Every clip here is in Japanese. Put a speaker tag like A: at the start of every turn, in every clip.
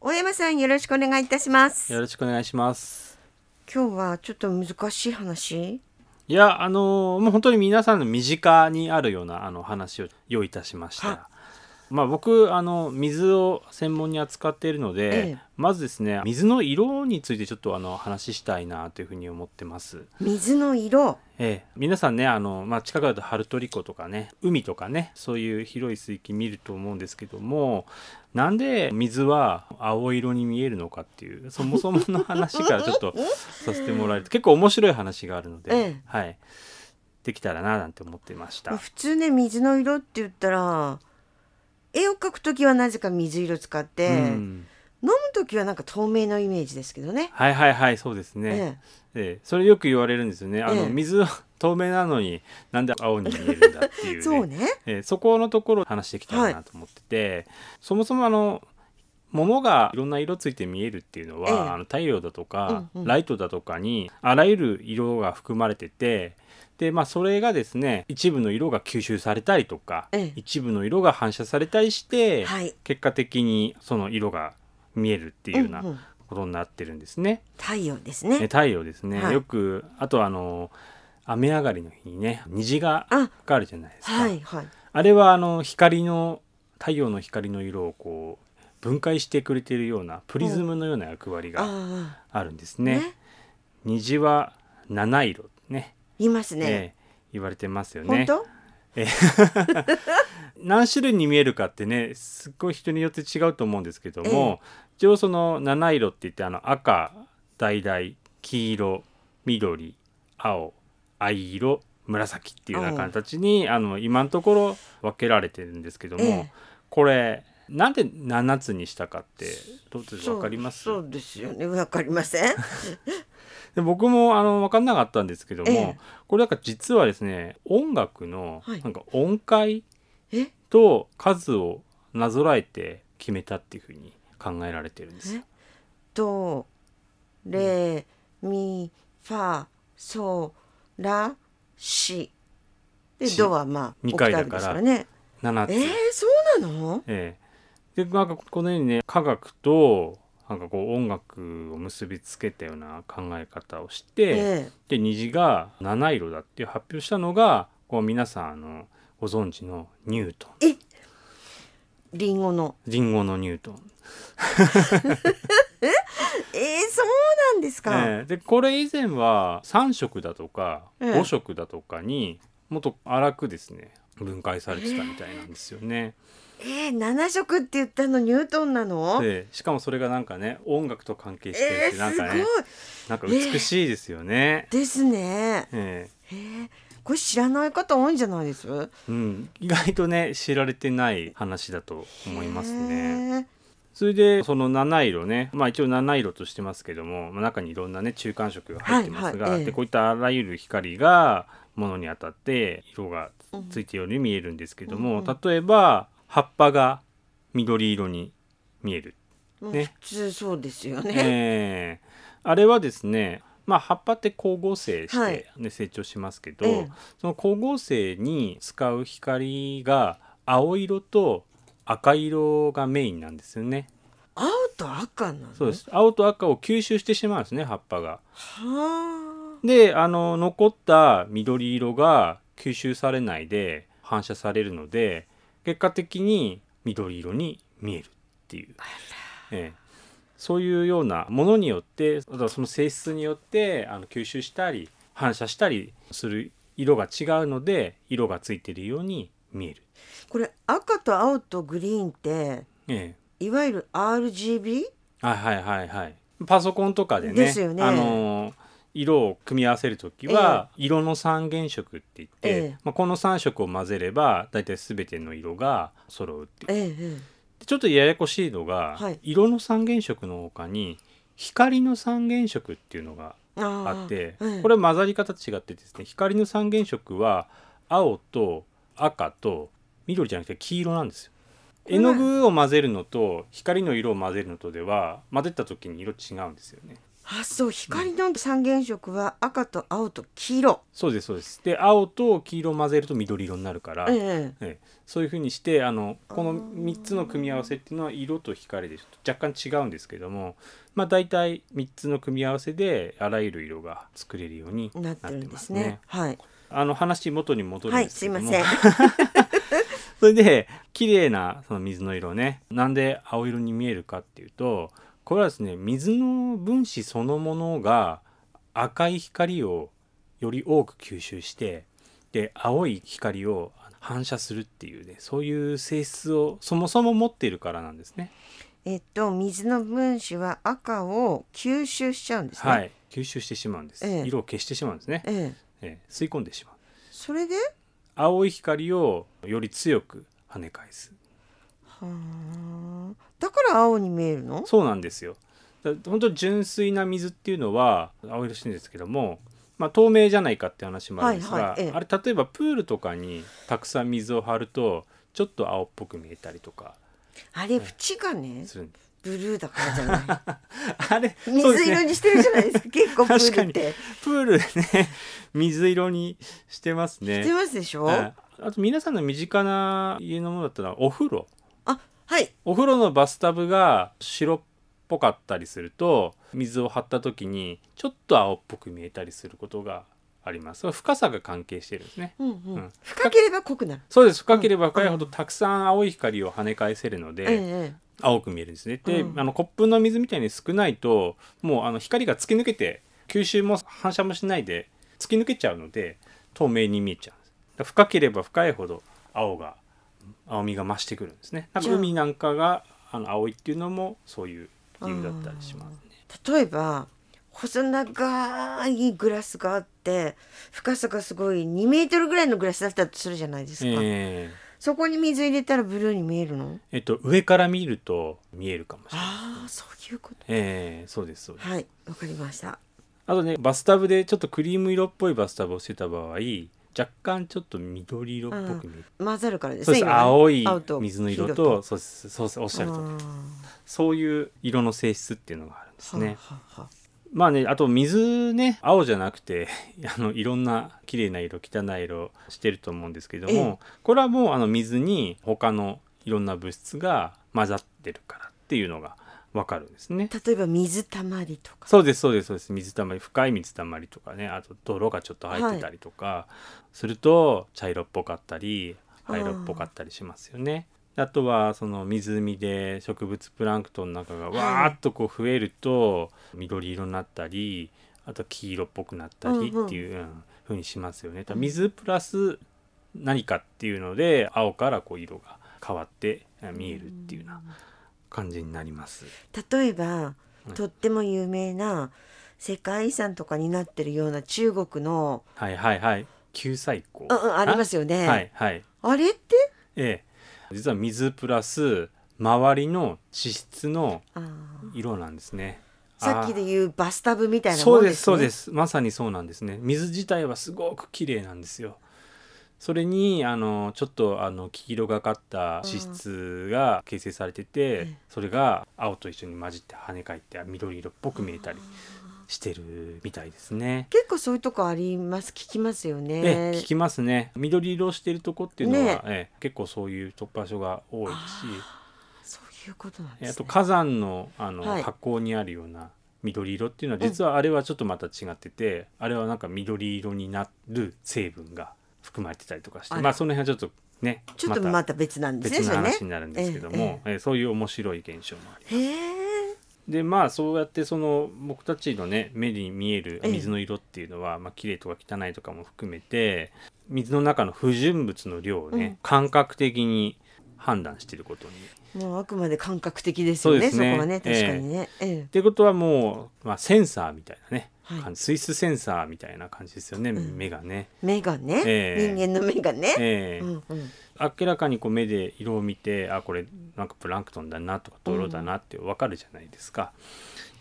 A: 大山さんよろしくお願いいたします
B: よろしくお願いします。
A: 今日はちょっと難しい話
B: いや、あのーもう本当に皆さんの身近にあるようなあの話を用意いたしまし
A: は
B: た。まあ、僕あの水を専門に扱っているので、
A: ええ
B: まずですね水の色についてちょっとあの話したいなというふうに思ってます。
A: 水の色
B: ええ、皆さんねあの、まあ、近くだとハルトリコとかね海とかねそういう広い水域見ると思うんですけどもなんで水は青色に見えるのかっていうそもそもの話からちょ っとさせてもらえると結構面白い話があるので、
A: ええ
B: はい、できたらななんて思ってました。
A: 普通ね水の色って言ったら絵を描くときはなぜか水色使って、
B: う
A: 飲む
B: ん
A: ときはなんか透明のイメージですけどね
B: はいはいはいそうですね、
A: え
B: ええそれよく言われるんですよねあの、
A: ええ
B: 水は透明なのになんで青に見えるんだってい
A: え
B: う
A: そうね
B: えーそこのところを話していきたいなと思ってて、そもそもあの物がいろんな色ついて見えるっていうのは、
A: ええ
B: あの太陽だとか、
A: うんうん
B: ライトだとかにあらゆる色が含まれててで、まあ、それがですね一部の色が吸収されたりとか、
A: ええ
B: 一部の色が反射されたりして、
A: はい
B: 結果的にその色が見えるっていうような
A: うんうん
B: ことになってるんですね。
A: 太陽です
B: ね
A: ね
B: 太陽ですね、
A: はい
B: よくあとあの雨上がりの日にね虹が
A: あ
B: かかるじゃないですか。
A: はいはい
B: あれはあの光の太陽の光の色をこう分解してくれているようなプリズムのような役割が
A: あ
B: あるんです
A: あ
B: ね。虹は七色ね
A: いますね
B: ええ言われてますよ
A: 本
B: ね。
A: 当
B: 何種類に見えるかってねすっごい人によって違うと思うんですけども、一応その七色って言ってあの赤橙黄色緑青藍色紫っていうような形にあの今のところ分けられてるんですけども、
A: ええ
B: これなんで7つにしたかってどうです
A: そう
B: 分かります
A: そうですよねわかりません
B: で僕もあの分かんなかったんですけども、
A: ええ
B: これなんか実はですね音楽の
A: はい
B: なんか音階
A: え
B: と数をなぞらえて決めたっていうふうに考えられてるんですよ。
A: ドレミファソラシで
B: シ
A: ドはまあ
B: 二
A: オ
B: 回
A: クタ
B: だ
A: ー
B: か
A: ブ
B: ら
A: ですからね
B: 7つ、
A: えー、そうなの
B: ええでなんかこのようにね科学となんかこう音楽を結びつけたような考え方をして、
A: え
B: で虹が七色だっていう発表したのがこう皆さんあのご存知のニュートン
A: えリンゴの
B: リンゴのニュートン。
A: えー、そうなんですか、
B: ええでこれ以前は3色だとか
A: ええ
B: 5色だとかにもっと荒くですね分解されてたみたいなんですよね。
A: えー、7色って言ったのニュートンなの
B: でしかもそれがなんかね音楽と関係してる
A: え
B: ってな
A: ー、
B: ん
A: すご
B: か
A: い
B: ね、なんか美しいですよね。
A: ですね
B: ええ
A: えー、これ知らない方多いんじゃないです
B: うん、意外とね知られてない話だと思いますね。
A: ね
B: それでその七色ね、まあ、一応七色としてますけどもまあ中にいろんなね中間色が入ってます
A: は
B: が、
A: いはいええ
B: でこういったあらゆる光が物に当たって色がついているように見えるんですけども、
A: うんうん
B: 例えば葉っぱが緑色に見える、
A: もう
B: ね
A: 普通そうですよね、
B: ええあれはですね、まあ、葉っぱって光合成して、ね
A: はい
B: 成長しますけど、
A: ええ
B: その光合成に使う光が青色と赤色がメインなんですよね。
A: 青と赤なの
B: そうです青と赤を吸収してしまうんですね葉っぱが。
A: はあ
B: であの残った緑色が吸収されないで反射されるので結果的に緑色に見えるっていう、ええそういうようなものによってあとはその性質によってあの吸収したり反射したりする色が違うので色がついてるように見える。
A: これ赤と青とグリーンって
B: ええ
A: いわゆる RGB
B: はいはいはいはい。パソコンとかでね、
A: ですよね
B: あのー色を組み合わせるときは、色の三原色って言って、
A: ええ
B: まあ、この三色を混ぜれば大体すべての色が揃うっていう
A: えええ
B: でちょっとややこしいのが、
A: はい
B: 色の三原色のほかに光の三原色っていうのが
A: えああ
B: あって
A: ええ
B: これ混ざり方違ってですね光の三原色は青と赤と緑じゃなくて黄色なんですよ。
A: れ
B: 絵の具を混ぜるのと光の色を混ぜるのとでは混ぜた時に色違うんですよね。
A: あそう光の三原色は赤と青と黄色、
B: そうですそうですで青と黄色を混ぜると緑色になるから、
A: え
B: え
A: え
B: えそういうふうにしてあのこの
A: あー
B: 3つの組み合わせっていうのは色と光でちょっと若干違うんですけどもまあ大体3つの組み合わせであらゆる色が作れるようにな
A: な
B: っ
A: っててるんで
B: ますす
A: ね
B: ね。
A: はい
B: あの話元に戻る
A: は
B: んで
A: い
B: す
A: す
B: け
A: い
B: ど
A: ま
B: も、
A: せん
B: それで綺麗なその水の色ねなんで青色に見えるかっていうとこれはですね水の分子そのものが赤い光をより多く吸収してで青い光を反射するっていうねそういう性質をそもそも持っているからなんですね。
A: えっと水の分子は赤を吸収しちゃうんですね、
B: はい、吸収してしまうんです、
A: ええ
B: 色を消してしまうんですね、
A: ええ、
B: ええ吸い込んでしまう
A: それで
B: 青い光をより強く跳ね返す
A: はあだから青に見えるの
B: そうなんですよ。だ本当純粋な水っていうのは青色してるんですけども、まあ、透明じゃないかって話もあるんですが、
A: はいはいええ
B: あれ例えばプールとかにたくさん水を張るとちょっと青っぽく見えたりとか
A: あれ縁がね
B: するん
A: ブルーだからじゃない
B: あれ そうで
A: 水
B: す
A: 色
B: ね
A: にしてるじゃないですか結構プ
B: 確
A: ー
B: か
A: ルっ
B: に
A: て
B: プールでね水色にしてますね。
A: してますでしょ、
B: はいあと皆さんの身近な家のものだったらお風呂
A: あはい
B: お風呂のバスタブが白っぽかったりすると水を張った時にちょっと青っぽく見えたりすることがありますそれは深さが関係してるんですね
A: うんう
B: うんん、
A: 深ければ濃くなる、
B: そうです深ければ深いほどたくさん青い光を跳ね返せるの
A: ええ
B: で
A: え
B: 青く見えるんですねで
A: うん
B: あのコップの水みたいに少ないともうあの光が突き抜けて吸収も反射もしないで突き抜けちゃうので透明に見えちゃうんですだから深ければ深いほど青が青みが増してくるんですねなんか
A: じゃあ
B: 海なんかがあの青いっていうのもそういう理由だったりしますね
A: え例えば細長いグラスがあって深さがすごい2メートルぐらいのグラスだったとするじゃないですか、
B: えー
A: そこに水入れたらブルーに見えるの
B: えっと上から見ると見えるかもしれない
A: ああそういうこと
B: えーそうですそうです
A: はいわかりました
B: あとねバスタブでちょっとクリーム色っぽいバスタブをしてた場合若干ちょっと緑色っぽく見える、
A: 混ざるからです
B: そう
A: ね
B: です
A: 今ね
B: 青い
A: 青と
B: 水の色
A: 黄
B: と
A: 色
B: そうですそうですおっしゃ
A: あ
B: ると
A: ー
B: そういう色の性質っていうのがあるんですね
A: はあはあ
B: まあねあと水ね青じゃなくて あのいろんな綺麗な色汚い色してると思うんですけど
A: え
B: もこれはもうあの水に他のいろんな物質が混ざってるからっていうのがわかるんですね
A: 例えば水たまりとか
B: そうですそうですそうです水たまり深い水たまりとかねあと泥がちょっと入ってたりとかすると茶色っぽかったり
A: あー
B: 灰色っぽかったりしますよね。あとはその湖で植物プランクトンの中がわーっとこう増えると緑色になったりあと黄色っぽくなったりっていう、うん風にしますよね。だから水プラス何かっていうので青からこう色が変わってえ見えるっていうような感じになります。
A: 例えば、
B: うん
A: とっても有名な世界遺産とかになってるような中国の、
B: はいはいはい救済校
A: うんうん、ありますよね、
B: はいはい
A: あれって
B: ええ実は水プラス周りの地質の
A: あー
B: 色なんですね
A: さっきで
B: み
A: 言うバスタブみたいな
B: そ
A: も
B: うんで
A: ですす
B: そ
A: ね
B: うですまさにそうなんですね水自体はすごく綺麗なんですよそれにあのちょっとあの黄色がかった地質が形成されてて、
A: うん
B: それが青と一緒に混じって跳ね返って緑色っぽく見えたりしてるみたいですね
A: 結構そういうとこあります聞きますよね
B: ええ聞きますね緑色してるとこっていうのは、
A: ね
B: ええ結構そういう突破所が多いし
A: そういうことなんで
B: え
A: す、ね、
B: あと火山のあの、
A: はい
B: 火口にあるような緑色っていうのは実はあれはちょっとまた違ってて、あれはなんか緑色になる成分が含まれてたりとかして
A: あら
B: まあその辺はちょっとね
A: ちょっとまた別なんですね
B: 別の
A: それね
B: 話になるんですけども、
A: え
B: ええそういう面白い現象もあり
A: へえ
B: でまあそうやってその僕たちのね目に見える
A: ええ
B: 水の色っていうのは、まあ綺麗とか汚いとかも含めて水の中の不純物の量をね、
A: うん
B: 感覚的に判断していることに。
A: もうあくまで感覚的ですよ
B: そう
A: ね
B: です
A: そ
B: ね
A: こはね確かにね、ええ
B: ってことはもう、まあ、センサーみたいなね、
A: はい
B: 感じスイスセンサーみたいな感じですよね、
A: うん
B: 目がね。
A: 目がね、
B: ええ
A: 人間の目がね、
B: ええ
A: うんうん、
B: 明らかにこう目で色を見てあこれなんかプランクトンだなとか泥だなって分かるじゃないですか。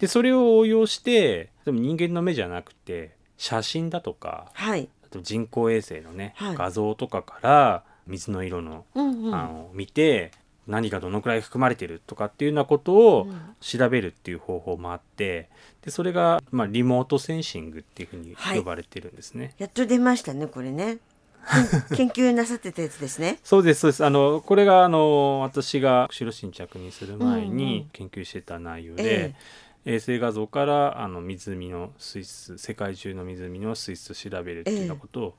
B: でそれを応用してでも人間の目じゃなくて写真だとか
A: はい、
B: あと人工衛星のね、
A: はい
B: 画像とかから水の色の,、
A: うんうん、
B: あの見て何がどのくらい含まれてるとかっていうようなことを
A: うん
B: 調べるっていう方法もあってでそれが、まあ、リモートセンシングっていうふうに
A: はい
B: 呼ばれてるんですね。
A: やっと出ましたねこれね 研究なさってたやつですね
B: そうですそうですあのこれがあの私が釧路市に着任する
A: う
B: 前
A: んう
B: に
A: ん
B: 研究してた内容
A: え
B: で、衛星画像からあの湖の水質世界中の湖の水質を調べるっていうようなことを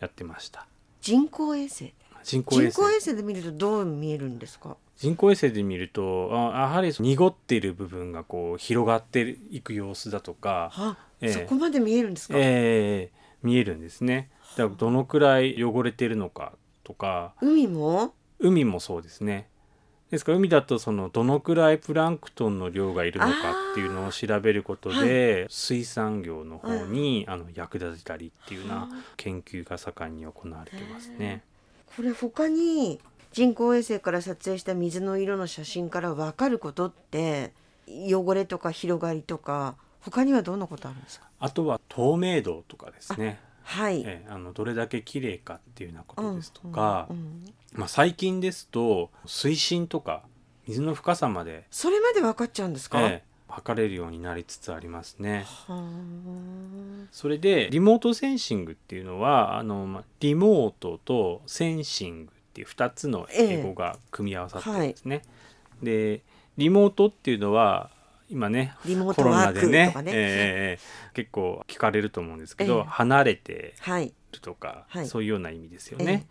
B: やってました、
A: 人工衛星
B: 人工
A: 人
B: 衛星
A: 工衛星で見るとどう見えるんですか
B: 人工衛星で見るとあやはり濁ってる部分がこう広がっていく様子だとか、
A: は、
B: ええ
A: そこまで見えるんですか、
B: ええ見えるんですねだからどのくらい汚れてるのかとか
A: 海も
B: 海もそうですねですから海だとそのどのくらいプランクトンの量がいるのかっていうのを調べることで、水産業の方にあの役立てたりっていうような研究が盛んに行われてますね。
A: これ他に人工衛星から撮影した水の色の写真から分かることって汚れとか広がりとか他にはどんなことあるんですか
B: あとは透明度とかですね、
A: はい、
B: ええあのどれだけ綺麗かっていうようなこ
A: う
B: と
A: ん
B: ですとか、
A: うんうん
B: まあ、最近ですと水深とか水の深さまで、
A: それまで分かっちゃうんですか、
B: ええ測れるようになりつつありますね。
A: はあ
B: それでリモートセンシングっていうのはあのまあリモートとセンシングっていう2つの英語が組み合わさってるんですね。でリモートっていうのは今ね
A: リモー
B: コ
A: ト
B: ロ
A: ワ
B: ナ
A: ーク
B: で
A: と
B: ね
A: かね
B: ええええ結構聞かれると思うんですけ
A: え
B: ど、
A: え
B: 離れて
A: はい
B: るとか、
A: はい
B: そういうような意味ですよ
A: え
B: ね。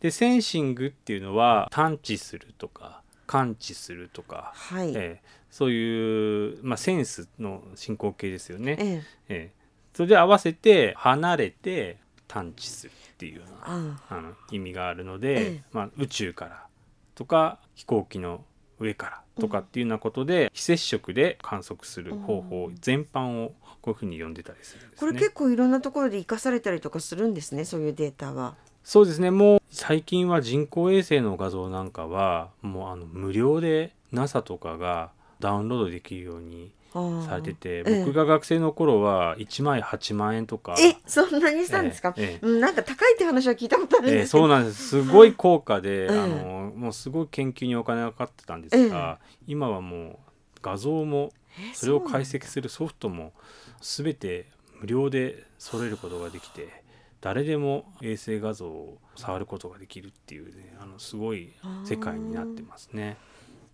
B: でセンシングっていうのは探知するとか感知するとか、
A: はい、え
B: ええそういう、まあ、センスの進行形ですよね。
A: え
B: ええ、それで合わせて離れて探知するっていうような
A: ああ
B: あの意味があるので、
A: ええ
B: まあ、宇宙からとか飛行機の上からとかっていうようなことで、非接触で観測する方法
A: うん
B: 全般をこういうふうに呼んでたりするんです
A: これ
B: ね。
A: 結構いろんなところで活かされたりとかするんですねそういうデータは
B: そうですねもう最近は人工衛星の画像なんかはもうあの無料で NASA とかがダウンロードできるようにさ
A: さ
B: れてて、
A: ええ
B: 僕が学生の頃は1枚8万円とか
A: えそんなにしたんですか、
B: ええええ
A: うん、なんか高いって話は聞いたことあるん
B: え
A: で
B: ー
A: すけど、
B: そうなんですすごい高価で、
A: ええ
B: あのもうすごい研究にお金がかかってたんですが、今はもう画像も
A: え
B: それを
A: そうなん
B: 解析するソフトも全て無料で揃えることができて誰でも衛星画像を触ることができるっていうねあのすごい世界になってますね。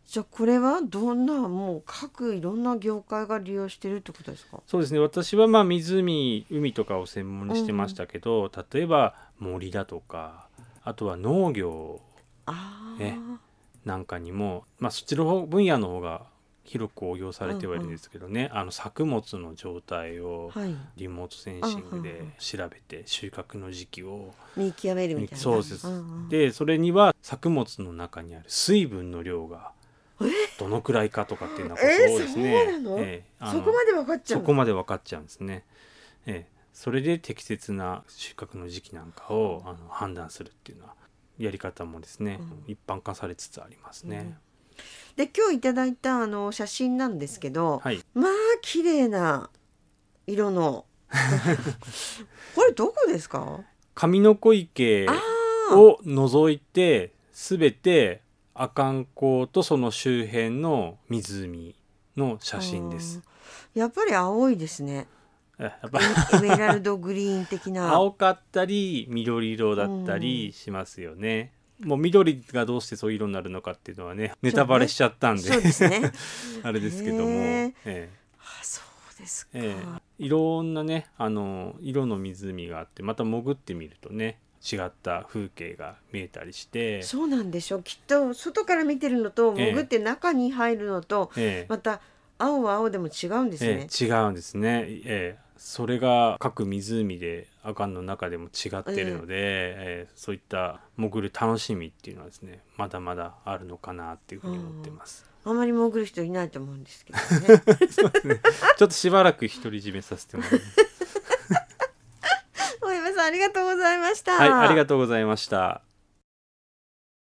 A: じゃあこれはどんなもう各いろんな業界が利用してるってことですか
B: そうですね私はまあ湖海とかを専門にしてましたけど、例えば森だとかあとは農業
A: ああ、
B: えなんかにも、まあ、そっちの方分野の方が広く応用されてはいるんですけどね、あの作物の状態を
A: はい
B: リモートセンシング
A: うんうん
B: で
A: うん
B: 調べて収穫の時期を、
A: 見極めるみたいな
B: そうです、
A: んうん
B: でそれには作物の中にある水分の量が
A: え
B: どのくらいかとかっていうようなことをですね、
A: えそうなの
B: ええあ
A: そ
B: の
A: こまで分かっちゃう
B: そこまで分かっちゃうんですね。ええ、それで適切な収穫の時期なんかをあの判断するっていうのはやり方もですね、
A: う
B: 一般化されつつありますね。
A: で今日いただいたあの写真なんですけど、
B: はい
A: まあ綺麗な色 のこれどこですか
B: 上の子池
A: ああ
B: を除いて全て阿寒湖とその周辺の湖の写真です。
A: やっぱり青いですね
B: えやっぱ
A: エメラルドグリーン的な
B: 青かったり緑色だったりしますよね。もう緑がどうしてそういう色になるのかっていうのはねネタバレしちゃったんで
A: そうです ね
B: あれですけども、
A: へー
B: ええ
A: あそうですか、
B: ええいろんなねあの色の湖があってまた潜ってみるとね違った風景が見えたりして、
A: そうなんでしょうきっと外から見てるのと
B: ええ
A: 潜って中に入るのと、
B: ええ
A: また青は青でも違うんですね
B: え、え違うんですね、ええそれが各湖で阿寒の中でも違ってるので、ええそういった潜る楽しみっていうのはですねまだまだあるのかなっていうふうに思ってます、
A: あまり潜る人いないと思うんですけど ね
B: ちょっとしばらく独り占めさせてもらいます
A: 大山さんありがとうございました
B: はいありがとうございました